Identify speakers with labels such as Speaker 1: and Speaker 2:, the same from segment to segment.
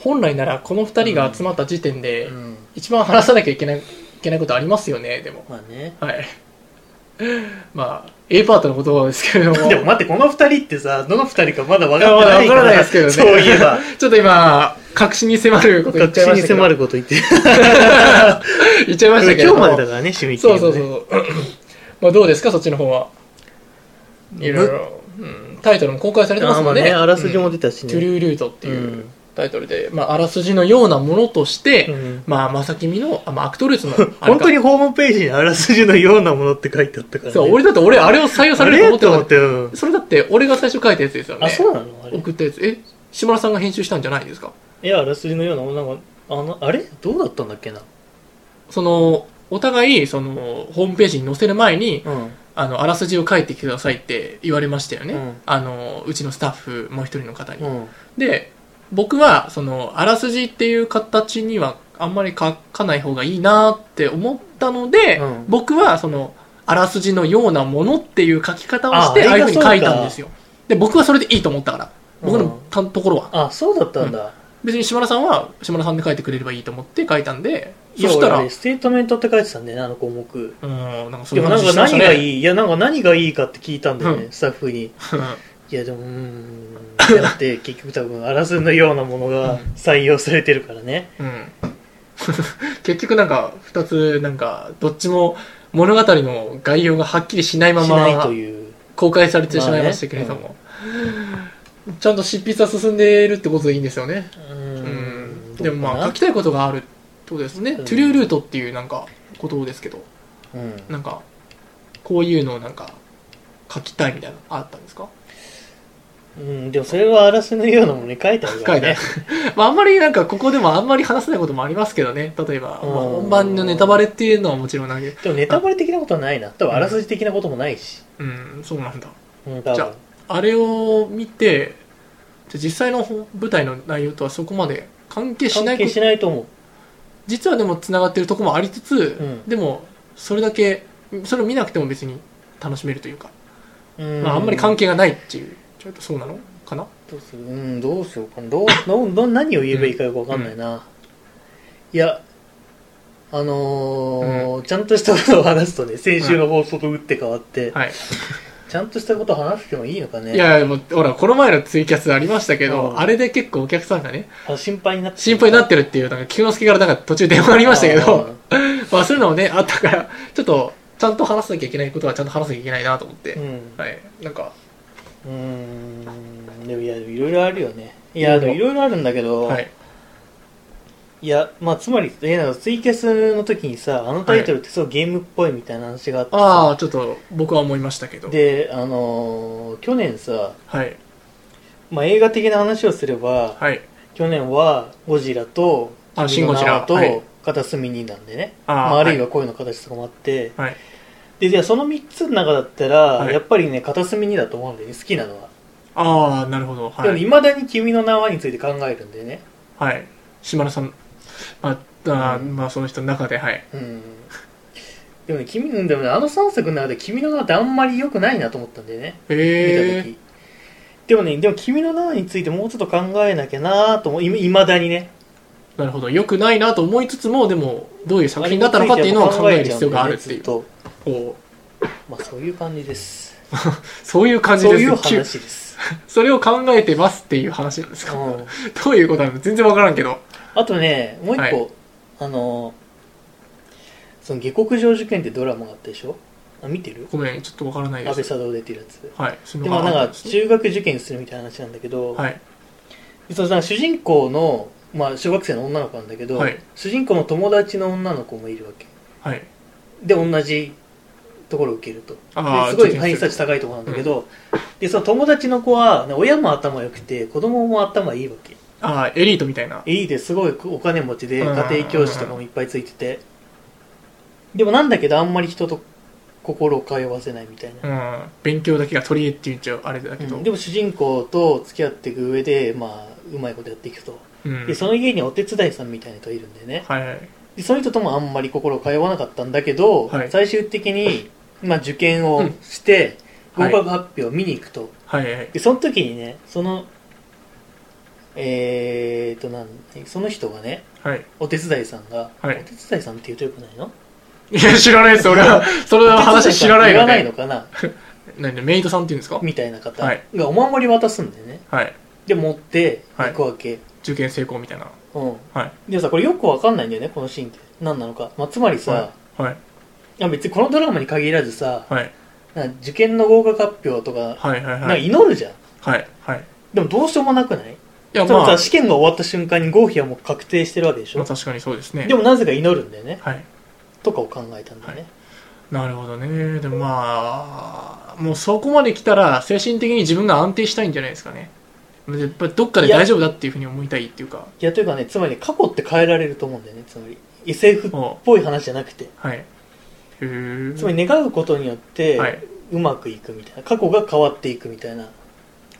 Speaker 1: 本来ならこの2人が集まった時点で
Speaker 2: うん
Speaker 1: 一番話さなきゃいけないいけないことありますよねでも
Speaker 2: まあね
Speaker 1: はい まあ A パートの言葉ですけれども
Speaker 2: でも待ってこの二人ってさどの二人かまだ分かってない
Speaker 1: いやまだ分からないですけどね
Speaker 2: そういえば
Speaker 1: ちょっと今確信に迫る こと言っ
Speaker 2: 学
Speaker 1: ちゃいま
Speaker 2: 習
Speaker 1: し
Speaker 2: に
Speaker 1: たけど
Speaker 2: 迫ること言ってる
Speaker 1: 言っちゃいましたけ
Speaker 2: 今
Speaker 1: ど
Speaker 2: 日までだからね趣味期限
Speaker 1: そう
Speaker 2: はね
Speaker 1: そうそうそうまあどうですかそっちの方はいろいろ、うん、タイトルも公開されてま
Speaker 2: あ
Speaker 1: す
Speaker 2: ー
Speaker 1: も
Speaker 2: まあ
Speaker 1: んね
Speaker 2: ねあらすじも
Speaker 1: うん
Speaker 2: 出たし
Speaker 1: トゥ
Speaker 2: ね
Speaker 1: ルールート」っていううんタイトルで、まあ、あらすじのようなものとして、
Speaker 2: うん
Speaker 1: まあ正君のあ、まあ、アクトルーツの
Speaker 2: 本当
Speaker 1: に
Speaker 2: にホームページにあらすじのようなものって書いてあったからね
Speaker 1: そう俺だって俺あれを採用されると
Speaker 2: あ
Speaker 1: 思
Speaker 2: れ
Speaker 1: って
Speaker 2: と思って
Speaker 1: たそれだって俺が最初書いたやつですよ
Speaker 2: うん
Speaker 1: ね
Speaker 2: あそうなのあれ
Speaker 1: 送ったやつえ島田さんが編集したんじゃないですか
Speaker 2: いやあらすじのようなものなんかあのあれどうだったんだっけな
Speaker 1: そのお互いそのホームページに載せる前に
Speaker 2: うん
Speaker 1: あのあらすじを書いてくださいって言われましたよね、
Speaker 2: うん
Speaker 1: あのうちのスタッフもう一人の方に、
Speaker 2: うん
Speaker 1: で僕はそのあらすじっていう形にはあんまり書かない方がいいなって思ったので、
Speaker 2: うん
Speaker 1: 僕はそのあらすじのようなものっていう書き方をして
Speaker 2: あ
Speaker 1: あ
Speaker 2: あ
Speaker 1: あ
Speaker 2: れ
Speaker 1: いう
Speaker 2: が
Speaker 1: ふうに書いたんですよで僕はそれでいいと思ったから僕のたところは
Speaker 2: あそうだったんだ
Speaker 1: 別に島田さんは島田さんで書いてくれればいいと思って書いたんで
Speaker 2: い
Speaker 1: そ
Speaker 2: や
Speaker 1: した
Speaker 2: 俺
Speaker 1: ら
Speaker 2: あれステートメントって書いてたんだよねあの項目
Speaker 1: うんなんかそうい
Speaker 2: で
Speaker 1: う
Speaker 2: もなん
Speaker 1: 話
Speaker 2: か
Speaker 1: してまし
Speaker 2: 何が
Speaker 1: たね
Speaker 2: いいいやなんか何がいいかって聞いたんだよね、
Speaker 1: う
Speaker 2: スタッフにいやでもうーん だって結局多分アラスのようなもの
Speaker 1: う
Speaker 2: が
Speaker 1: ん
Speaker 2: 採用されてるからね
Speaker 1: うん結局なんか2つなんかどっちも物語の概要がはっきりしないま
Speaker 2: し
Speaker 1: ま
Speaker 2: ないという
Speaker 1: 公開されてしまいましたけれども、ちゃんと執筆は進んでいるってことでいいんですよね、
Speaker 2: う
Speaker 1: うん
Speaker 2: ん
Speaker 1: でもまあ書
Speaker 2: き
Speaker 1: きたいことがあるってことですね、
Speaker 2: うん
Speaker 1: トゥルールートっていうなんかことですけど
Speaker 2: うん
Speaker 1: なんかこういうのをなんか書きたいみたいなのあったんですか、
Speaker 2: うんでもそれはアラスのようなものに書いてあるか
Speaker 1: 書
Speaker 2: ら
Speaker 1: いてあ
Speaker 2: ね
Speaker 1: るまあ、あんまりなんかここでもあんまり話せないこともありますけどね例えば、
Speaker 2: うん
Speaker 1: まあ本番のネタバレっていうのはもちろんない
Speaker 2: でもネタバレ的なことはないな多分あらすじ的なこともないし、
Speaker 1: うんそうなんだ
Speaker 2: うん、多
Speaker 1: じゃ
Speaker 2: 分
Speaker 1: ああれを見てじゃあ実際の本舞台の内容とはそこまで関係しな
Speaker 2: 関
Speaker 1: いこ
Speaker 2: 係しないと思う
Speaker 1: 実はでもつながってるとこもありつつ、
Speaker 2: うん
Speaker 1: でもそれだけそれを見なくても別に楽しめるというか、
Speaker 2: うん
Speaker 1: まあ、あんまり関係がないっていうちょっとそうなのかな
Speaker 2: どうするうんどうしようかなどうどうどう何を言えばいいかよくわかんないな、いやあのーちゃんとしたことを話すとね先週の放送と打って変わって、
Speaker 1: はい、
Speaker 2: ちゃんとしたことを話してもいいのかね
Speaker 1: いやいやもうほらこの前のツイキャスありましたけど、
Speaker 2: うん
Speaker 1: あれで結構お客さんがね
Speaker 2: あ心配になって
Speaker 1: 心配になっててるっていうなんか菊之助からなんか途中電話ありましたけど まあそういうのもねあったからちょっとちゃんと話さなきゃいけないことはちゃんと話さなきゃいけないなと思って、
Speaker 2: うん
Speaker 1: はいなんか
Speaker 2: うーんでもいやでもいろいろあるよねいやでもいろいろあるんだけど、
Speaker 1: はい
Speaker 2: いやまあつまりえなんかツイキャスの時にさあのタイトルってすごいゲームっぽいみたいな話があってさ
Speaker 1: ああちょっと僕は思いましたけど
Speaker 2: であのー去年さ
Speaker 1: はい
Speaker 2: まあ、映画的な話をすれば、
Speaker 1: はい
Speaker 2: 去年はゴジラと
Speaker 1: あシンゴジラ
Speaker 2: 君の名
Speaker 1: はい
Speaker 2: はと片隅になんでね
Speaker 1: あー
Speaker 2: まあ、あるいは
Speaker 1: は
Speaker 2: 恋の形とかもあって、
Speaker 1: はい
Speaker 2: でじゃあその3つの中だったら、
Speaker 1: はい
Speaker 2: やっぱりね片隅にだと思うんだよね好きなのは、
Speaker 1: ああなるほどはい
Speaker 2: でもいまだに君の名はについて考えるんだよね
Speaker 1: はい。島田さん、あ、あ
Speaker 2: うん
Speaker 1: まあその人の中で、はい。
Speaker 2: うんでもね君でもねあの3作の中で君の名はってあんまり良くないなと思ったんだよね見た
Speaker 1: へえ。
Speaker 2: 時でもねでも君の名はについてもうちょっと考えなきゃなと思ういまだにね
Speaker 1: なるほど。良くないなと思いつつも、でも、どういう作品だったのかっていうのを考える必要があるっていう。
Speaker 2: と
Speaker 1: こう
Speaker 2: まあそういう感じです
Speaker 1: そういう感じ
Speaker 2: そう
Speaker 1: です
Speaker 2: いう
Speaker 1: よ
Speaker 2: 話
Speaker 1: 急
Speaker 2: です、
Speaker 1: それを考えてますっていう話なんです
Speaker 2: う
Speaker 1: か。
Speaker 2: ん、
Speaker 1: どういうことなの全然わからんけど。
Speaker 2: あとねもう一個、
Speaker 1: はい
Speaker 2: あのその下克上受験ってドラマがあったでしょあ見てる
Speaker 1: ごめん、ちょっとわからないで
Speaker 2: 安倍
Speaker 1: す。
Speaker 2: 佐藤出てるやつ
Speaker 1: はい。そ
Speaker 2: でまあ
Speaker 1: あ
Speaker 2: な
Speaker 1: あ
Speaker 2: ん
Speaker 1: った
Speaker 2: か
Speaker 1: ですね
Speaker 2: 中学受験するみたいな話なんだけど、
Speaker 1: はい。
Speaker 2: そのなんか主人公の、まあ、小学生の女の子なんだけど、
Speaker 1: はい
Speaker 2: 主人公の友達の女の子もいるわけ
Speaker 1: はい。
Speaker 2: で同じところを受けると
Speaker 1: ああ
Speaker 2: ですご
Speaker 1: 受験す
Speaker 2: い
Speaker 1: る
Speaker 2: 偏差値高いところなんだけど、でその友達の子はね親も頭良くて子供も頭いいわけ
Speaker 1: ああ、エリートみたいな。
Speaker 2: いいですごいお金持ちで家
Speaker 1: うん
Speaker 2: 庭教師とかもいっぱいついててでもなんだけどあんまり人と心を通わせないみたいな、
Speaker 1: うん。勉強だけが取り柄って言っちゃう、あれだけど。
Speaker 2: うん
Speaker 1: う
Speaker 2: でも主人公と付き合っていく上でまあうまいことやっていくと、
Speaker 1: ん。
Speaker 2: でその家にお手伝いさんみたいな人がいるんだよね
Speaker 1: はいはい。
Speaker 2: でその人ともあんまり心を通わなかったんだけど、
Speaker 1: はい
Speaker 2: 最終的に、まあ、受験をして
Speaker 1: うん
Speaker 2: 合格発表を見に行くと、
Speaker 1: はいはい。
Speaker 2: でその時にねそのえーとなんその人がね
Speaker 1: はい。
Speaker 2: お手伝いさんが、
Speaker 1: はい
Speaker 2: お手伝いさんって言うとよくないの
Speaker 1: いや、知らないです、俺 は。その話知らない
Speaker 2: 言
Speaker 1: よ
Speaker 2: わない
Speaker 1: ね
Speaker 2: の。 かな
Speaker 1: 何メイドさんって言うんですか
Speaker 2: みたいな方
Speaker 1: はい
Speaker 2: がお守り渡すんだよね
Speaker 1: はい。
Speaker 2: で持って
Speaker 1: はい
Speaker 2: 行くわけ、
Speaker 1: 受験成功みたいな。
Speaker 2: うん
Speaker 1: はい。
Speaker 2: でさこれよくわかんないんだよねこのシーンって何なのか、まあ、つまりさ、
Speaker 1: はいはい。
Speaker 2: や別にこのドラマに限らずさ
Speaker 1: はい。
Speaker 2: なんか受験の合格発表とか,、
Speaker 1: はい。はい。
Speaker 2: なんか
Speaker 1: はい。
Speaker 2: 祈るじゃん
Speaker 1: はい。はい。
Speaker 2: でもどうしようもなくない
Speaker 1: いや、
Speaker 2: その
Speaker 1: ま
Speaker 2: さ
Speaker 1: あ、
Speaker 2: 試験が終わった瞬間に合否はもう確定してるわけでし
Speaker 1: ま
Speaker 2: ょ
Speaker 1: あ、確かにそうですね。
Speaker 2: でもなぜか祈るんだよね
Speaker 1: はい。
Speaker 2: とかを考えたんだよね、
Speaker 1: なるほどね。でもまあ、もうそこまで来たら、精神的に自分が安定したいんじゃないですかね。やっぱりどっかで大丈夫だっていうふうに思いたいっていうか。
Speaker 2: いやというかねつまりね過去って変えられると思うんだよねつまり SF っぽい話じゃなくて
Speaker 1: はい。へえ。
Speaker 2: つまり願うことによって、
Speaker 1: はいう
Speaker 2: まくいくみたいな過去が変わっていくみたいな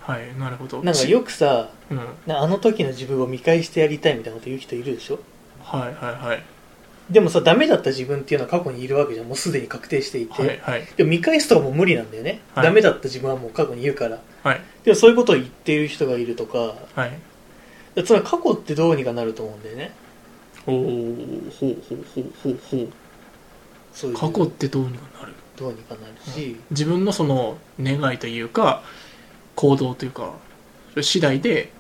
Speaker 1: はい。なるほど。
Speaker 2: なんかよくさ
Speaker 1: うん。はい
Speaker 2: なあの時の自分を見返してやりたいみたいなこと言う人いるでしょ
Speaker 1: はいはい。
Speaker 2: でもさダメだった自分っていうのは過去にいるわけじゃんもうすでに確定していて、
Speaker 1: はいはい。
Speaker 2: でも見返すとかもう無理なんだよね、
Speaker 1: はい
Speaker 2: ダメだった自分はもう過去にいるから
Speaker 1: はい。
Speaker 2: でもそういうことを言っている人がいるとか
Speaker 1: はい。
Speaker 2: つまり過去ってどうにかなると思うんだよね
Speaker 1: おー、ほうほうほうほうほう。
Speaker 2: そういう
Speaker 1: 過去ってどうにかなる
Speaker 2: どうにかなるし、
Speaker 1: 自分のその願いというか行動というか次第で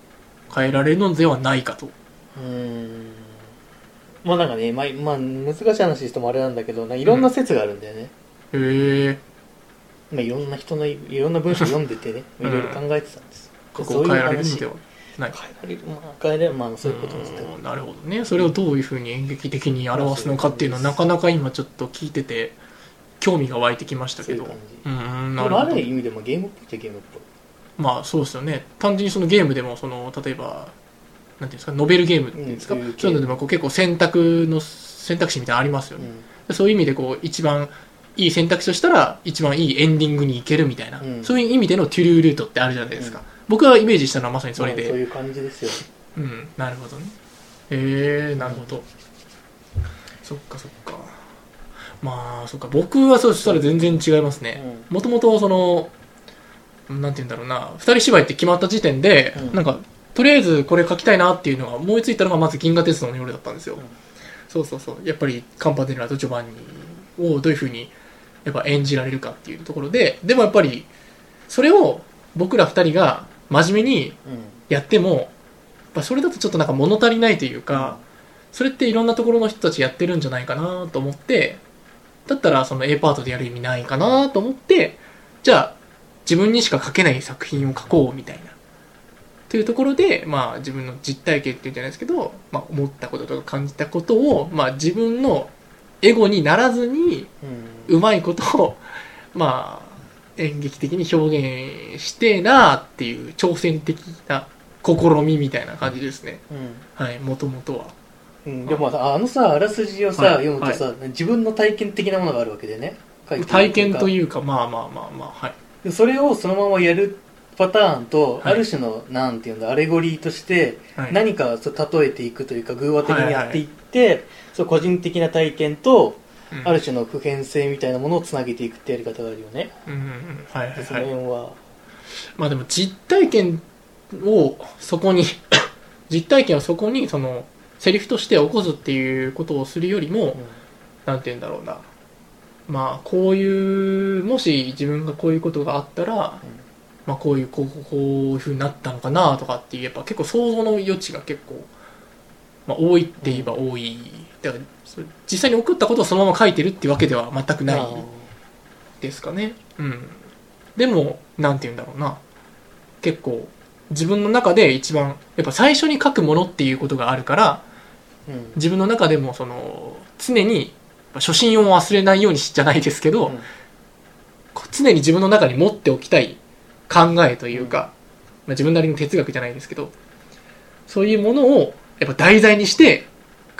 Speaker 1: 変えられるのではないかと
Speaker 2: うーんまあなんかね、まあ、まあ、難しい話してもあれなんだけどなんかいろんな説があるんだよね、
Speaker 1: へえ
Speaker 2: まあ、いろんな人のいいろんな文章読んでてね
Speaker 1: うん
Speaker 2: いろいろ考えてたんです、
Speaker 1: 過去
Speaker 2: そう
Speaker 1: を
Speaker 2: いう
Speaker 1: 変えられる
Speaker 2: 話
Speaker 1: ので
Speaker 2: 変
Speaker 1: はない
Speaker 2: えられるまあ変えられるまあそういうことですね
Speaker 1: うんなるほどねそれをどういうふうに演劇的に表すのかっていうのはなかなか今ちょっと聞いてて興味が湧いてきましたけど
Speaker 2: そういう
Speaker 1: うんうん
Speaker 2: で
Speaker 1: なる
Speaker 2: もあ
Speaker 1: ほど
Speaker 2: る意味でもゲームっぽいっちゃゲームっぽい
Speaker 1: まあそうですよね単純にそのゲームでもその例えばなんていうんですかノベルゲームっていうんですか、
Speaker 2: うんそういう系
Speaker 1: そういうのでもこう結構選択の選択肢みたいなのありますよね、でそういう意味でこう一番いい選択肢としたら一番いいエンディングに行けるみたいな、
Speaker 2: うん
Speaker 1: そういう意味でのトゥルールートってあるじゃないですか、
Speaker 2: うん
Speaker 1: 僕がイメージしたのはまさにそれ
Speaker 2: まあそう
Speaker 1: で、
Speaker 2: いう感じですよ
Speaker 1: うんなるほどねえー、なるほど、そっかそっかまあそっか僕はそうしたら全然違いますねもともとそのなんて言うんだろうな二人芝居って決まった時点で、
Speaker 2: うん
Speaker 1: なんかとりあえずこれ書きたいなっていうのが思いついたのがまず「銀河鉄道の夜」だったんですよ、
Speaker 2: うん
Speaker 1: そうそうそうやっぱりカンパネラとジョバンニをどういうふうにやっぱ演じられるかっていうところででもやっぱりそれを僕ら二人が真面目に
Speaker 2: うんうん
Speaker 1: やってもやっぱそれだとちょっとなんか物足りないというか、それっていろんなところの人たちやってるんじゃないかなと思ってだったらその A パートでやる意味ないかなと思ってじゃあ自分にしか書けない作品を書こうみたいなというところで、まあ、自分の実体験っていうんじゃないですけど、まあ、思ったこととか感じたことを、まあ、自分のエゴにならずに
Speaker 2: うん
Speaker 1: うまいことを、まあ、演劇的に表現してえなあっていう挑戦的な試みみたいな感じですね。
Speaker 2: うん
Speaker 1: はい、もともとは。
Speaker 2: うんでもまああのさあらすじをさ、
Speaker 1: はい
Speaker 2: 読むとさ、自分の体験的なものがあるわけでね書いてある
Speaker 1: 体験と
Speaker 2: う
Speaker 1: いうか、まあまあまあまあ、はい。
Speaker 2: でそれをそのままやるパターンと、
Speaker 1: はい
Speaker 2: ある種のなんていうんだアレゴリーとして、
Speaker 1: はい、
Speaker 2: 何かそう例えていくというか偶話的にやっていって、そう個人的な体験と、
Speaker 1: うん
Speaker 2: ある種の普遍性みたいなものをつなげていくってやり方があるよね、
Speaker 1: うんうんうん、はいはい
Speaker 2: その
Speaker 1: はい。
Speaker 2: 辺は、
Speaker 1: まあでも実体験をそこに 実体験をそこにそのセリフとして起こすっていうことをするよりも、なんて言うんだろうなまあこういうもし自分がこういうことがあったら、まあこういうこうこうこういうふうになったのかなとかっていうやっぱ結構想像の余地が結構、まあ、多いって言えば多い、だからそれ実際に送ったことをそのまま書いてるってわけでは全く
Speaker 2: うん
Speaker 1: ない。
Speaker 2: まあ
Speaker 1: ですかね。うん。でも、なんて言うんだろうな。結構、自分の中で一番、やっぱ最初に書くものっていうことがあるから、
Speaker 2: うん
Speaker 1: 自分の中でもその、常に、まあ初心を忘れないようにしじゃないですけど、
Speaker 2: うん
Speaker 1: こう常に自分の中に持っておきたい考えというか、まあ、自分なりの哲学じゃないですけど、そういうものを、やっぱ題材にして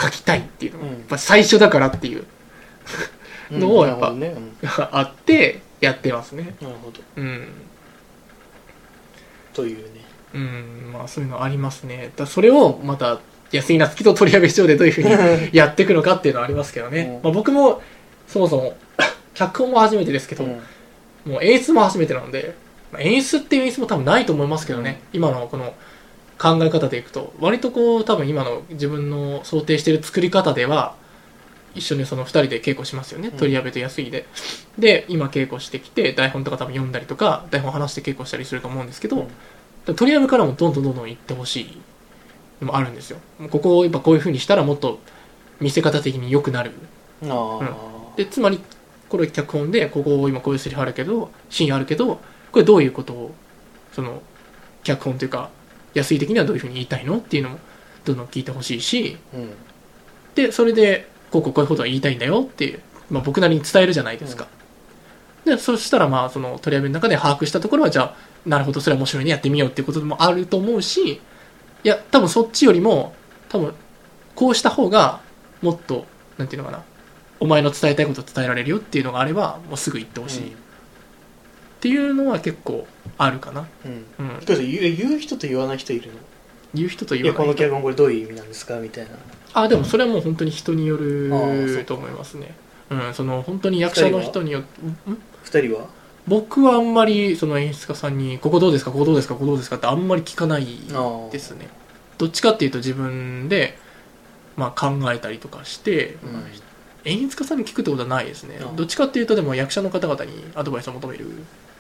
Speaker 1: 書きたいっていうのが、
Speaker 2: うん
Speaker 1: やっぱ最初だからっていう、
Speaker 2: うん
Speaker 1: のをやっぱ
Speaker 2: なるほどね、
Speaker 1: あって、やってますね。
Speaker 2: うんなるほど
Speaker 1: うん。
Speaker 2: というね
Speaker 1: うん、まあそういうのありますね。だそれをまた安井夏樹と取り上げ賞でどういうふうにやっていくのかっていうのはありますけどね。
Speaker 2: うん
Speaker 1: まあ、僕もそもそ も脚本も初めてですけど、
Speaker 2: うん
Speaker 1: もう演出も初めてなので、まあ演出っていう演出も多分ないと思いますけどね。今のこの考え方でいくと割とこう多分今の自分の想定してる作り方では一緒にその2人で稽古しますよね
Speaker 2: うん
Speaker 1: 取り上げと安いで、で今稽古してきて台本とか多分読んだりとか台本話して稽古したりすると思うんですけど、
Speaker 2: うん
Speaker 1: だ取り上げからもどんどんどんどん行ってほしいのもあるんですよここをやっぱこういう風にしたらもっと見せ方的に良くなる
Speaker 2: ああ、
Speaker 1: でつまりこれ脚本でここを今こういうセリフあるけどシーンあるけどこれどういうことをその脚本というか安井的にはどういうふうに言いたいのっていうのもどんどん聞いてほしいし
Speaker 2: うん
Speaker 1: でそれでこうこうこういうことは言いたいんだよっていう、まあ、僕なりに伝えるじゃないですか、でそしたらまあその取り上げの中で把握したところはじゃあなるほどそれは面白いねやってみようっていうこともあると思うしいや多分そっちよりも多分こうした方がもっとなんていうのかなお前の伝えたいこと伝えられるよっていうのがあればもうすぐ言ってほしい、っていうのは結構あるかな、
Speaker 2: うんうん
Speaker 1: うん、
Speaker 2: どうぞ言う言う人と言わない人いるの
Speaker 1: 言う人と
Speaker 2: い
Speaker 1: 言
Speaker 2: や
Speaker 1: わな
Speaker 2: この
Speaker 1: い
Speaker 2: 脚
Speaker 1: 人
Speaker 2: 本これどういう意味なんですかみたいな
Speaker 1: あでもそれはもう本当に人によ
Speaker 2: あーそっ
Speaker 1: る
Speaker 2: か
Speaker 1: と思いますねうん、その本当に役者の人によってんん
Speaker 2: 二人は
Speaker 1: 僕はあんまりその演出家さんに「ここどうですかここどうですかここどうですか」ってあんまり聞かない
Speaker 2: ああ
Speaker 1: ですねどっちかっていうと自分で、まあ、考えたりとかして、
Speaker 2: うん
Speaker 1: まあ演出家さんに聞くってことはないですね
Speaker 2: ああ
Speaker 1: どっちかっていうとでも役者の方々にアドバイスを求める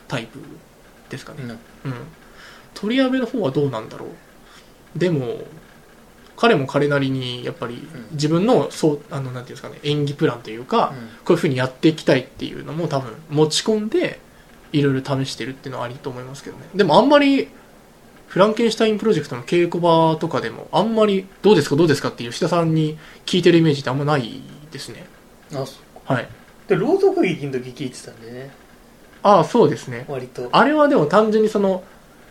Speaker 1: タイプですかね
Speaker 2: うん
Speaker 1: うん取り上げの方はどうなんだろうでも彼も彼なりにやっぱり
Speaker 2: うん
Speaker 1: 自分のそうあのなんていうんですかね演技プランというか、
Speaker 2: うん
Speaker 1: こういうふうにやっていきたいっていうのも多分持ち込んでいろいろ試してるっていうのはありと思いますけどねでもあんまりフランケンシュタインプロジェクトの稽古場とかでもあんまりどうですかどうですかって吉田さんに聞いてるイメージってあんまないですね
Speaker 2: あそう
Speaker 1: はい
Speaker 2: で朗読劇の時聞いてたんでね
Speaker 1: ああそうですね
Speaker 2: 割と
Speaker 1: あれはでも単純にその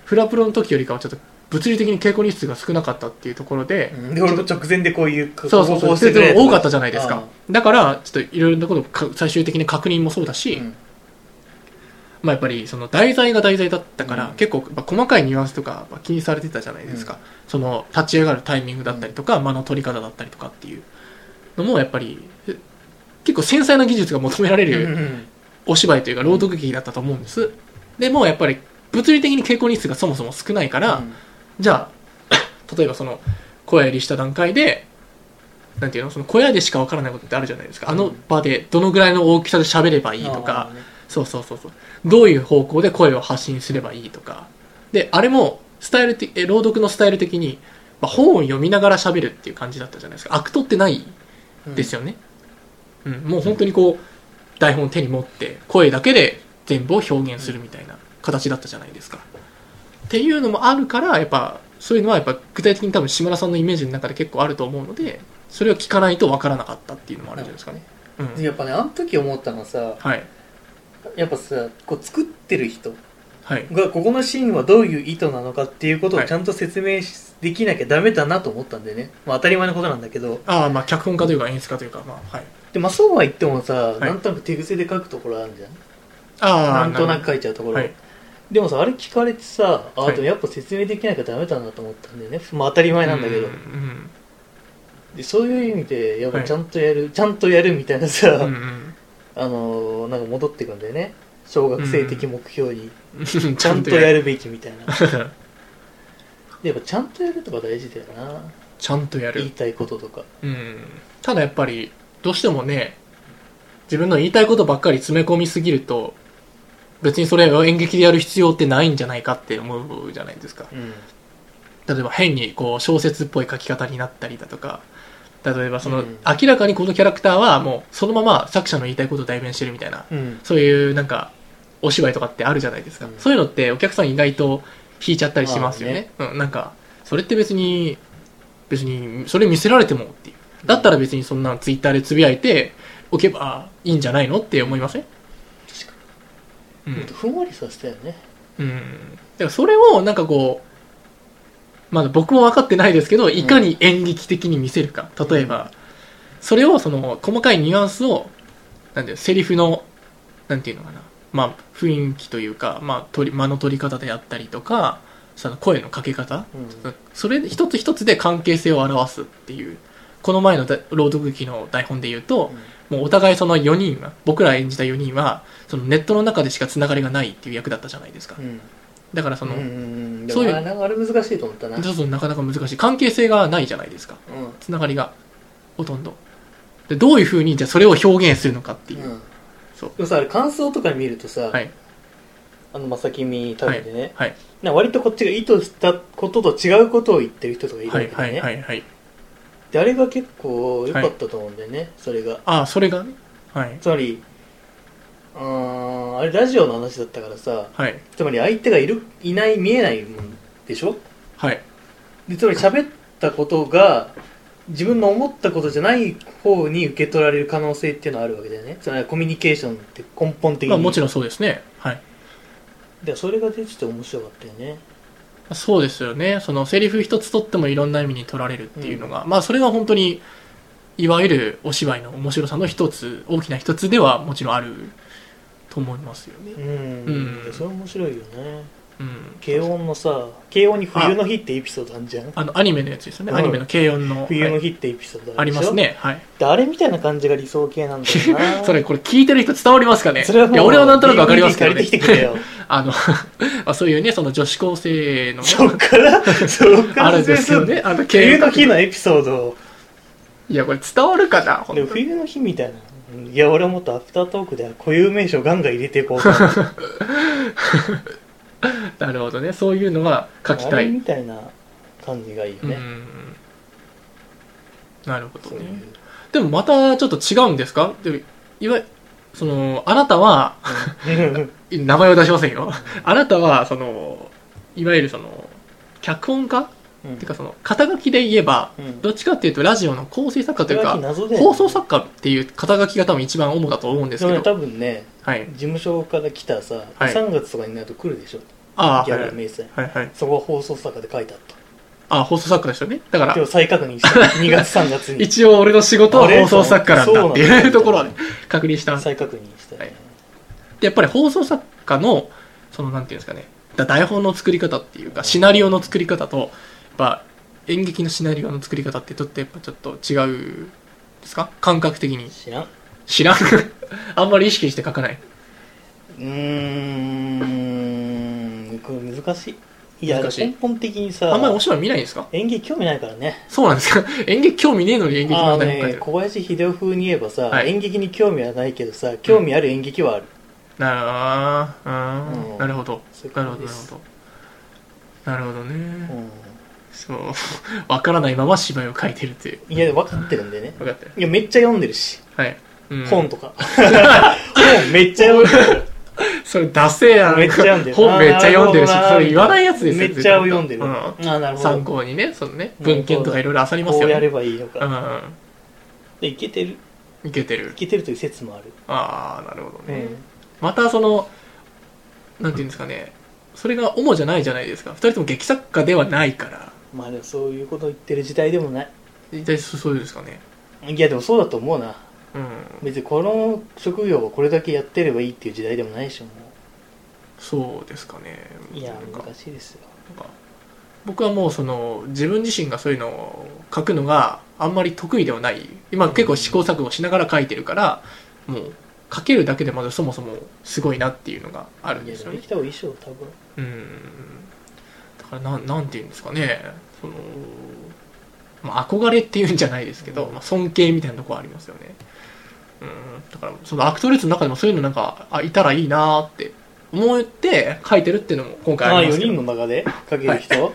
Speaker 1: フラプロの時よりかはちょっと物理的に稽古日数が少なかったっていうところで、
Speaker 2: うんで俺も直前でこういうこ
Speaker 1: そうそう
Speaker 2: こ
Speaker 1: そうう、でも多かった
Speaker 2: じ
Speaker 1: じゃないですか。だから、ちょっといろいろなことをか最終的に確認もそうだし、まあやっぱりその題材が題材だったから、
Speaker 2: うん
Speaker 1: 結構まあ細かいニュアンスとかまあ気にされてたじゃないですか。
Speaker 2: うん
Speaker 1: その立ち上がるタイミングだったりとか、間の取り方だったりとかっていうのもやっぱり、え結構繊細な技術が求められるお芝居というか朗読劇だったと思うんです、でもやっぱり物理的に稽古日数がそもそも少ないから、じゃあ 例えばその小屋入りした段階でなんていうのその小屋でしかわからないことってあるじゃないですかあの場でどのぐらいの大きさで喋ればいいとか、そうそうそうそうどういう方向で声を発信すればいいとかであれもスタイルてえ朗読のスタイル的に、まあ、本を読みながら喋るっていう感じだったじゃないですかアクトってないです
Speaker 2: よ
Speaker 1: よね、うんもう本当にこう台本を手に持って声だけで全部を表現するみたいな形だったじゃないですか、っていうのもあるからやっぱそういうのはやっぱ具体的に多分島田さんのイメージの中で結構あると思うのでそれを聞かないと分からなかったっていうのもあるんじゃないですかね、うん
Speaker 2: やっぱねあの時思ったのはさ
Speaker 1: はい
Speaker 2: やっぱさこう作ってる人
Speaker 1: はい
Speaker 2: がここのシーンはどういう意図なのかっていうことを
Speaker 1: はい
Speaker 2: ちゃんと説明しできなきゃダメだなと思ったんでね、まあ、当たり前のことなんだけど
Speaker 1: ああまあ脚本家というか演出家というかまあはい
Speaker 2: でまあそうは言ってもさ、
Speaker 1: い
Speaker 2: なんとなく手癖で書くところあるじゃん
Speaker 1: あ
Speaker 2: な
Speaker 1: あ
Speaker 2: んとなく
Speaker 1: る
Speaker 2: 書いちゃうとこ
Speaker 1: ほ
Speaker 2: ろ、
Speaker 1: どはい
Speaker 2: でもさあれ聞かれてさあ
Speaker 1: はい
Speaker 2: でもやっぱ説明できなきゃダメだなと思ったんだよね、まあ、当たり前なんだけ
Speaker 1: う
Speaker 2: ど、
Speaker 1: ん
Speaker 2: でそういう意味でやっぱ
Speaker 1: はい
Speaker 2: ちゃんとやる、ちゃんとやるみたいなさ、
Speaker 1: うんうんうん
Speaker 2: あのーなんか戻ってくんだよね小学生的目標に、
Speaker 1: うん
Speaker 2: ちゃんとや
Speaker 1: る
Speaker 2: るべきみたい なでやっぱちゃんとやるとか大事だよな
Speaker 1: ちゃんとやる
Speaker 2: 言いたいこととか
Speaker 1: うん、ただやっぱりどうしてもね自分の言いたいことばっかり詰め込みすぎると別にそれを演劇でやる必要ってないんじゃないかって思うじゃないですか
Speaker 2: うん
Speaker 1: 例えば変にこう小説っぽい書き方になったりだとか例えばその、
Speaker 2: うん
Speaker 1: 明らかにこのキャラクターはもうそのまま作者の言いたいことを代弁してるみたいな
Speaker 2: うん
Speaker 1: そういうなんかお芝居とかってあるじゃないですか、
Speaker 2: うん
Speaker 1: そういうのってお客さん意外と引いちゃったりしますよねうん、なんかそれって別に別にそれ見せられてもっていうだったら別にそんなツイッターでつぶやいておけばいいんじゃないのって思いません
Speaker 2: 確か
Speaker 1: う
Speaker 2: に、
Speaker 1: ん、
Speaker 2: ふんわりさせたよね
Speaker 1: うん、だからそれをなんかこうまだ僕も分かってないですけどいかに演劇的に見せるか、
Speaker 2: うん
Speaker 1: 例えばそれをその細かいニュアンスをなんていうのセリフのなんていうのかなまあ雰囲気というか、まあ、取り間の取り方であったりとかその声のかけ方
Speaker 2: うん
Speaker 1: それ一つ一つで関係性を表すっていうこの前のだ朗読劇の台本で言うと、もうお互いその4人は僕ら演じた4人はそのネットの中でしかつながりがないっていう役だったじゃないですか、
Speaker 2: うん
Speaker 1: だからその、
Speaker 2: うんで
Speaker 1: そういう
Speaker 2: もあなんかあれ難しいと思ったな、うん
Speaker 1: ちょっとなかなか難しい関係性がないじゃないですかつながりがほとんどでどういうふうにじゃあそれを表現するのかっていう、
Speaker 2: うん
Speaker 1: そう
Speaker 2: でもさあれ感想とか見るとさ、
Speaker 1: はい
Speaker 2: あの正君多分でね、
Speaker 1: はい
Speaker 2: なんか割とこっちが意図したことと違うことを言ってる人とかいるわ
Speaker 1: は
Speaker 2: け
Speaker 1: い
Speaker 2: でね、
Speaker 1: はいはいはい
Speaker 2: であれが結構良かったと思うんだよね、それが
Speaker 1: ああそれがねはい
Speaker 2: つまりうーんあれラジオの話だったからさ
Speaker 1: はい
Speaker 2: つまり相手がいるいない見えないもんでしょ
Speaker 1: はい
Speaker 2: でつまり喋ったことが自分の思ったことじゃない方に受け取られる可能性っていうのはあるわけだよねつまりコミュニケーションって根本的に、
Speaker 1: まあもちろんそうですねはい
Speaker 2: でそれが出てて面白かったよね
Speaker 1: そうですよねそのセリフ一つとってもいろんな意味に取られるっていうのが、まあそれが本当にいわゆるお芝居の面白さの一つ大きな一つではもちろんあると思いますよね
Speaker 2: うん、
Speaker 1: うん
Speaker 2: でそれ面白いよね
Speaker 1: うん
Speaker 2: 慶音のさ慶音に冬の日ってエピソードあるじゃん
Speaker 1: あのアニメのやつですよね、
Speaker 2: うん
Speaker 1: アニメの軽音の
Speaker 2: 冬
Speaker 1: は
Speaker 2: の
Speaker 1: い
Speaker 2: 日ってエピソード
Speaker 1: あり
Speaker 2: るでしょ
Speaker 1: ますねはい
Speaker 2: であれみたいな感じが理想系なんだよな
Speaker 1: それこれ聞いてる人伝わりますかね
Speaker 2: それはもう
Speaker 1: いや俺はなんとなくわかりますけど
Speaker 2: DVD
Speaker 1: ね
Speaker 2: 借りてきてくれよ
Speaker 1: あのあそういうねその女子高生の
Speaker 2: そっ からそっから
Speaker 1: あるんですよねあの軽
Speaker 2: 冬
Speaker 1: 音
Speaker 2: の日のエピソードを
Speaker 1: いやこれ伝わるかな本
Speaker 2: でも
Speaker 1: 当に
Speaker 2: 冬の日みたいなうんいや俺はもっとアフタートークで固有名詞をガンガン入れていこうと思って
Speaker 1: なるほどねそういうのが書き
Speaker 2: あ
Speaker 1: た
Speaker 2: れ
Speaker 1: い、
Speaker 2: みたいな感じがいいよ
Speaker 1: う
Speaker 2: ね、
Speaker 1: んなるほど
Speaker 2: そ ういう
Speaker 1: ねでもまたちょっと違うんですかでいわゆるそのあなたは
Speaker 2: うん
Speaker 1: 名前を出しませんよあなたはそのいわゆるその脚本家
Speaker 2: うん
Speaker 1: っていうかその肩書きで言えば
Speaker 2: うん
Speaker 1: どっちかっていうとラジオの構成作家というか
Speaker 2: 謎だよね
Speaker 1: 放送作家っていう肩書きが多分一番主だと思うんです
Speaker 2: で
Speaker 1: け
Speaker 2: もね多
Speaker 1: ど、
Speaker 2: 分ね
Speaker 1: はい
Speaker 2: 事、務所から来たさ、
Speaker 1: はい
Speaker 2: 3月とかになると来るでしょ
Speaker 1: ああ
Speaker 2: ギ
Speaker 1: はい
Speaker 2: ャ
Speaker 1: は
Speaker 2: ル
Speaker 1: い
Speaker 2: 名声
Speaker 1: はいはい
Speaker 2: そこは放送作家で書いてあった
Speaker 1: ああ放送作家でしたよねだから
Speaker 2: 今日再確 認した2月3月に
Speaker 1: 一応俺の仕事は放送作家なんだって
Speaker 2: あれそうなん
Speaker 1: い
Speaker 2: だ
Speaker 1: うところはね確認したんです
Speaker 2: 再確認したよね、
Speaker 1: でやっぱり放送作家のそのなんていうんですかねだ台本の作り方っていうかシナリオの作り方とやっぱ演劇のシナリオの作り方ってちょっとやっぱちょっと違うですか感覚的に
Speaker 2: 知らんう
Speaker 1: 知らん あんまり意識して書かない
Speaker 2: ーんこれ難しいいや
Speaker 1: 難しい
Speaker 2: 根本的にさ
Speaker 1: あんまりお芝居見ないんですか
Speaker 2: 演劇興味ないからね
Speaker 1: そうなんですか 演劇興味ねえのに演劇
Speaker 2: あ
Speaker 1: の
Speaker 2: の
Speaker 1: 台本書い
Speaker 2: ね
Speaker 1: てる
Speaker 2: 小林秀夫風に言えばさ、
Speaker 1: はい
Speaker 2: 演劇に興味はないけどさ興味ある演劇はある、
Speaker 1: なあー、う、
Speaker 2: うんん
Speaker 1: なるほど
Speaker 2: そういう
Speaker 1: なる
Speaker 2: 感
Speaker 1: ほどな
Speaker 2: じで
Speaker 1: る
Speaker 2: す
Speaker 1: ほどなるほどね、
Speaker 2: う
Speaker 1: そう わからないまま芝居を書いてるっていうん
Speaker 2: いや分かってるんでね
Speaker 1: 分かってる
Speaker 2: いやめっちゃ読んでるし、
Speaker 1: はい、うん
Speaker 2: 本とか 本めっちゃ読んでる
Speaker 1: それダセえやろ
Speaker 2: めっちゃ読んでる
Speaker 1: 本めっちゃ読んでるし
Speaker 2: あー
Speaker 1: それ言わないやつですよ
Speaker 2: めっちゃ読んでる、
Speaker 1: う
Speaker 2: あ
Speaker 1: ん、
Speaker 2: ーなるほど
Speaker 1: 参考にねそのね文献とかいろいろあさります
Speaker 2: こ
Speaker 1: よ
Speaker 2: うや
Speaker 1: ね
Speaker 2: ればいいのか、
Speaker 1: うん
Speaker 2: でいけてる
Speaker 1: いけてる
Speaker 2: いけてるという説もある、
Speaker 1: ああなるほどね、またそのなんていうんですかねそれが主じゃないじゃないですか二人とも劇作家ではないから
Speaker 2: まあでもそういうこと言ってる時代でもない
Speaker 1: 大体そそうですかね
Speaker 2: いやでもそうだと思うな
Speaker 1: うん
Speaker 2: 別にこの職業をこれだけやってればいいっていう時代でもないでしょも
Speaker 1: そうですかね
Speaker 2: ういや
Speaker 1: なんか
Speaker 2: 難しいですよ
Speaker 1: なんか僕はもうその自分自身がそういうのを書くのがあんまり得意ではない今結構試行錯誤しながら書いてるからもう書けるだけでまずそもそもすごいなっていうのがあるん
Speaker 2: いや
Speaker 1: です
Speaker 2: で
Speaker 1: よ
Speaker 2: も
Speaker 1: ね
Speaker 2: できた方がいいでしょ多分
Speaker 1: うんだからなんなんて言うんですかねその、まあ、憧れっていうんじゃないですけど、
Speaker 2: うん
Speaker 1: まあ、尊敬みたいなところありますよねうんだからそのアクトレスの中でもそういうのなんかあいたらいいなーって思って書いてるっていうのも今回
Speaker 2: あ
Speaker 1: あ
Speaker 2: あ
Speaker 1: りま
Speaker 2: 4
Speaker 1: すけど
Speaker 2: 人の中でかける人、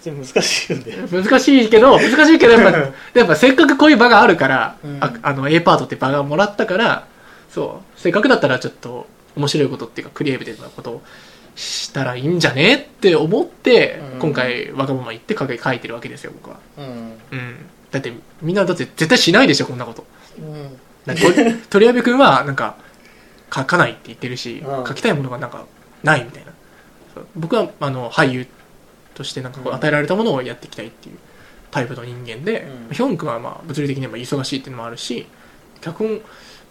Speaker 2: それ難しいよね
Speaker 1: 難しいけ ど、難しいけど、やっぱ、やっぱせっかくこういう場があるから、
Speaker 2: うん
Speaker 1: ああの、A パートって場がもらったから、そう、せっかくだったらちょっと面白いことっていうか、クリエイティブなことをしたらいいんじゃねって思って、
Speaker 2: うん
Speaker 1: 今回、わがまま言って書け書いてるわけですよ、僕は。
Speaker 2: うん
Speaker 1: うん。だって、みんなだって絶対しないでしょ、こんなこと。
Speaker 2: うん
Speaker 1: だってと 鳥谷部君は、なんか、書かないって言ってるし、
Speaker 2: うん
Speaker 1: 書きたいものがなんか、ないみたいな。そう僕は、あの、俳優としてなんかこう、
Speaker 2: うん
Speaker 1: 与えられたものをやっていきたいっていうタイプの人間で、
Speaker 2: うん
Speaker 1: ヒョン君はまあ、物理的にも忙しいっていうのもあるし、脚本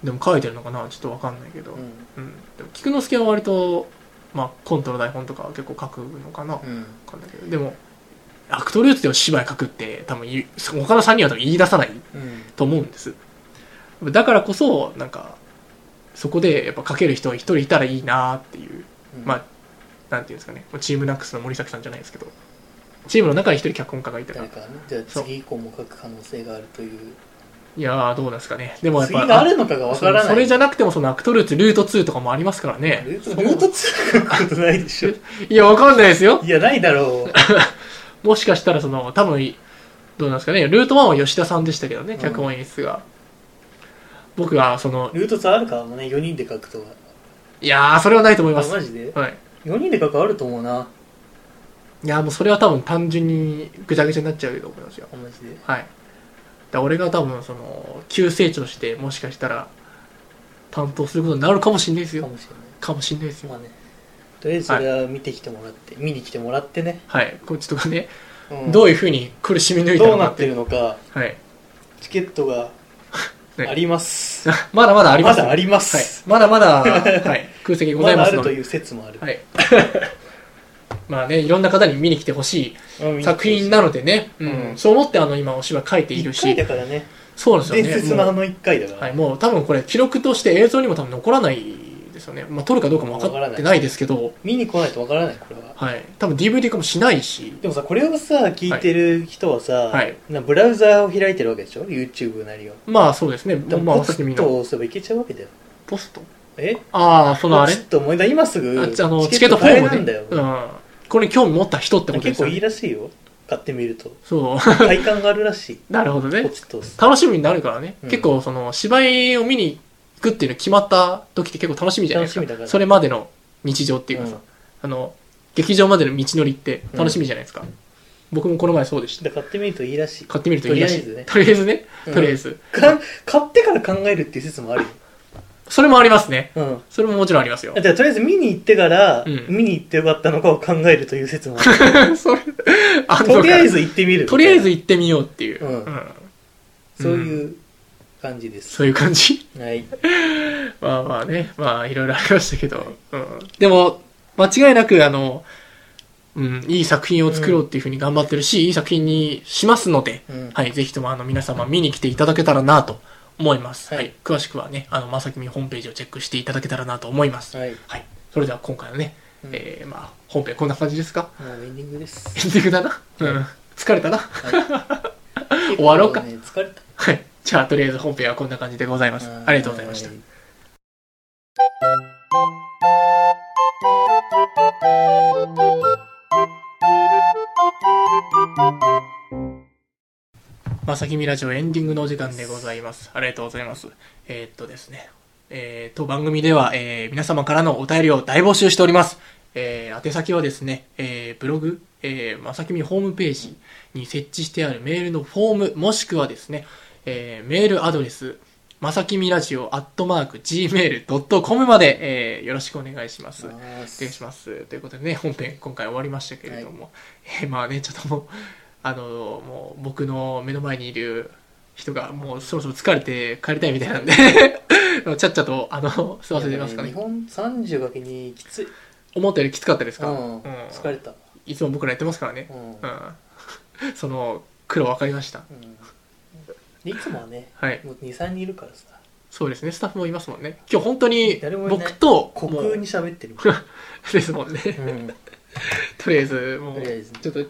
Speaker 1: でも書いてるのかな、ちょっとわかんないけど、うん。でも、菊之助は割と、まあ、コントの台本とかは結構書くのかな、わ
Speaker 2: うん
Speaker 1: かんないけど、でも、アクトルーツでお芝居書くって、多分言う、他の3人は多分言い出さない
Speaker 2: うん
Speaker 1: と思うんですだからこそなんかそこでやっぱ書ける人が一人いたらいいなっていう、まあなんていうんですかねチームナックスの森崎さんじゃないですけどチームの中に一人脚本家がいたら
Speaker 2: 誰かじゃあ次以降も書く可能性があるという
Speaker 1: いやーどうなんですかねでもやっ
Speaker 2: 次
Speaker 1: ぱ
Speaker 2: があるのかがわからない
Speaker 1: そそれじゃなくてもそのアクトルーツルート2とかもありますからね
Speaker 2: ルートルート2書くことないでしょ
Speaker 1: いやわかんないですよ
Speaker 2: いやないだろう
Speaker 1: もしかしたらその多分どうなんですかねルート1は吉田さんでしたけどね
Speaker 2: ん
Speaker 1: 脚本演出が、僕はその
Speaker 2: ルート2あるかもね4人で書くとはい
Speaker 1: やーそれはないと思いま
Speaker 2: あ
Speaker 1: す
Speaker 2: マジで
Speaker 1: はい
Speaker 2: 4人で書くあると思うない
Speaker 1: やもうそれは多分単純にぐちゃぐちゃになっちゃうと思いますよ
Speaker 2: あマジで
Speaker 1: はいだ俺が多分その急成長してもしかしたら担当することになるかもしれないです
Speaker 2: か
Speaker 1: よ
Speaker 2: もしれない
Speaker 1: かもしれないですよ
Speaker 2: まあねとりあえずそれは見てきてもらって、見に来てもらってね、
Speaker 1: はいこっちとかね、
Speaker 2: うん
Speaker 1: どういうふうに苦しみ抜いた
Speaker 2: ど
Speaker 1: の
Speaker 2: う
Speaker 1: か
Speaker 2: な
Speaker 1: っ
Speaker 2: っててるのか
Speaker 1: はい
Speaker 2: チケットが
Speaker 1: ね
Speaker 2: あります、
Speaker 1: まだま だありま
Speaker 2: ますだあります、
Speaker 1: はい、まだまだ、 はい、空席ござ
Speaker 2: ま
Speaker 1: い
Speaker 2: だ
Speaker 1: ま
Speaker 2: あ
Speaker 1: す
Speaker 2: る
Speaker 1: の
Speaker 2: と
Speaker 1: で
Speaker 2: いう説もある、
Speaker 1: はい、 まあねいろんな方に見に来てほし
Speaker 2: うん
Speaker 1: い作品なのでね、う
Speaker 2: うん
Speaker 1: んそう思ってあの今お芝居書いている
Speaker 2: 一回
Speaker 1: し
Speaker 2: だからね
Speaker 1: そうなん
Speaker 2: 伝
Speaker 1: です
Speaker 2: 説
Speaker 1: よ
Speaker 2: のあ
Speaker 1: ねも
Speaker 2: の一回だか
Speaker 1: う,、
Speaker 2: ら、
Speaker 1: はい、もう多分これ記録として映像にも多分残らないですよね、まあ、撮るかどうかも分かってないですけど、
Speaker 2: 見に来ないとわからないこれは
Speaker 1: はい、多分 DVD 化もしないし
Speaker 2: でもさこれをさ聞いてる人はさ、
Speaker 1: はい
Speaker 2: なブラウザーを開いてるわけでしょ YouTube なりを
Speaker 1: まあそうですね
Speaker 2: で
Speaker 1: まあ
Speaker 2: もポ
Speaker 1: 私
Speaker 2: チ
Speaker 1: みん
Speaker 2: ッ
Speaker 1: な
Speaker 2: と押せばいけちゃうわけだよ
Speaker 1: ポスト
Speaker 2: え
Speaker 1: ああそのあれ
Speaker 2: ポチッと思い出今すぐ
Speaker 1: ああのチ
Speaker 2: チ
Speaker 1: ケ
Speaker 2: ケ
Speaker 1: ッ
Speaker 2: ッ
Speaker 1: ト
Speaker 2: ト
Speaker 1: フォ
Speaker 2: 買
Speaker 1: ー
Speaker 2: え
Speaker 1: ム
Speaker 2: な
Speaker 1: で、
Speaker 2: いんだよ、
Speaker 1: うん、これに興味持った人ってことで
Speaker 2: 結
Speaker 1: すよ
Speaker 2: 構
Speaker 1: ね
Speaker 2: いいらしいよ買ってみ ると
Speaker 1: そう
Speaker 2: 体感があるらしい
Speaker 1: なるほどね
Speaker 2: ポチッと押す
Speaker 1: 楽しみになるからね、
Speaker 2: うん
Speaker 1: 結構その芝居を見に行くっていうの決まった時って結構楽しみじゃないですか
Speaker 2: 楽しみだから
Speaker 1: それまでの日常っていうかさ、
Speaker 2: うん
Speaker 1: あの劇場までの道のりって楽しみじゃないですか、僕もこの前そうでした
Speaker 2: で買ってみるといいらしい
Speaker 1: 買ってみるといいらしい
Speaker 2: とりあえずね
Speaker 1: とりあえずね、
Speaker 2: うん
Speaker 1: とりあえず
Speaker 2: か買ってから考えるっていう説もあるよ
Speaker 1: それもありますね
Speaker 2: うん
Speaker 1: それももちろんありますよ
Speaker 2: だからとりあえず見に行ってから、
Speaker 1: うん
Speaker 2: 見に行ってよかったのかを考えるという説もあ る
Speaker 1: それあ
Speaker 2: とりあえず行ってみる
Speaker 1: とりあえず行ってみようっていう、
Speaker 2: うんそういう感じです、
Speaker 1: そういう感じ
Speaker 2: はい
Speaker 1: まあまあねまあいろいろありましたけど、うん、でも間違いなくあの、うん、いい作品を作ろうっていうふうに頑張ってるし、いい作品にしますので、
Speaker 2: うん
Speaker 1: はい、ぜひともあの皆様見に来ていただけたらなと思います、は
Speaker 2: はいい
Speaker 1: 詳しくはねあのまさきみホームページをチェックしていただけたらなと思います、はい
Speaker 2: はい
Speaker 1: それでは今回のね、
Speaker 2: うん
Speaker 1: えーまあ、本編こんな感じですか
Speaker 2: もうエンディングです
Speaker 1: エンディングだな、うん、疲れたな
Speaker 2: 終
Speaker 1: わろうか
Speaker 2: 疲れた
Speaker 1: はい。じゃあ、とりあえず本編はこんな感じでございます。ありがとうございました
Speaker 2: は。
Speaker 1: まさきみラジオエンディングのお時間でございます。ありがとうございます。えーっとですね。えーっと、番組では、えー皆様からのお便りを大募集しております。えー宛先はですね、えーブログ、えーまさきみホームページに設置してあるメールのフォーム、もしくはですね、えーメールアドレス、まさきみラジオアットマーク gmail.com まで、えーよろしくお願いします。
Speaker 2: お願い
Speaker 1: 失礼
Speaker 2: し
Speaker 1: します。ということでね、本編今回終わりましたけれども、えーまあね、ちょっともう、あの、もう僕の目の前にいる人がもうそろそろ疲れて帰りたいみたいなんで、 ちゃっちゃと、あの、
Speaker 2: ま
Speaker 1: 済ませてみますかね
Speaker 2: 日。本30かけにきつい
Speaker 1: 思ったよりきつかったですか、
Speaker 2: うん
Speaker 1: うん
Speaker 2: 疲れた
Speaker 1: いつも僕らやってますからね
Speaker 2: う。ん
Speaker 1: うん。 その、苦労分かりました。
Speaker 2: うんいつもはね
Speaker 1: はい。
Speaker 2: もう23人いるからさ
Speaker 1: そうですね、スタッフもいますもんね。今日本当に
Speaker 2: 誰もいない
Speaker 1: 僕と、
Speaker 2: 虚
Speaker 1: も
Speaker 2: 空
Speaker 1: う
Speaker 2: に喋ってる
Speaker 1: ですもんね。
Speaker 2: うん
Speaker 1: とりあえず、も
Speaker 2: と
Speaker 1: う
Speaker 2: りあえず、
Speaker 1: ちょっと、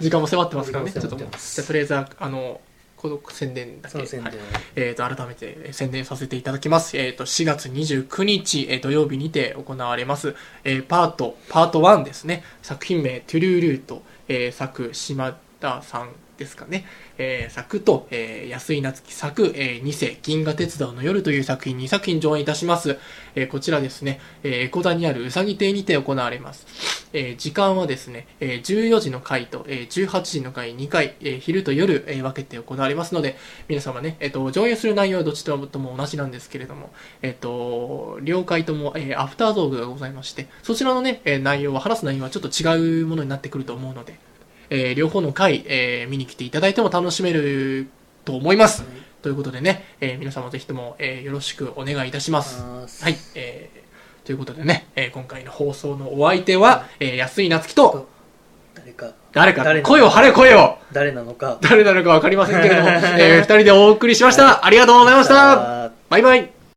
Speaker 1: 時間も迫ってますからね。ち
Speaker 2: 時
Speaker 1: ょ
Speaker 2: 間
Speaker 1: っ
Speaker 2: も
Speaker 1: ともう、じゃ
Speaker 2: 迫ってます
Speaker 1: あとりあえず、あの、この宣伝だけ。
Speaker 2: その宣
Speaker 1: は
Speaker 2: 伝
Speaker 1: いえっ、と、改めてえー宣伝させていただきます。えっ、と、4月29日、えー土曜日にて行われます、えーパート、パート1ですね。作品名、トゥルールート、えー作、島田さんですかね。えー作と、えー安井夏樹作、え2世、銀河鉄道の夜という作品2作品上演いたします。えーこちらですね、えー、エコダにあるうさぎ亭にて行われます。えー時間はですね、えー14時の回と、えー18時の回2回、えー昼と夜、えー分けて行われますので、皆様ね、えっと、上映する内容はどちらとも同じなんですけれども、えっと、両回とも、えーアフタートークがございまして、そちらのね、えー内容は、話す内容はちょっと違うものになってくると思うので、えー両方の回、えー見に来ていただいても楽しめると思います。ということでね、えー皆様ぜひとも、えーよろしくお願いいたします。
Speaker 2: は
Speaker 1: はい、えー、ということでね、えー今回の放送のお相手は、えー安井夏樹と、
Speaker 2: 誰か
Speaker 1: 誰か、
Speaker 2: 誰の
Speaker 1: 声を張れ声を
Speaker 2: 誰なのか
Speaker 1: 誰なのかわかりませんけれども、えー二人でお送りしました。ありがとうございました。
Speaker 2: あー
Speaker 1: バイバイ。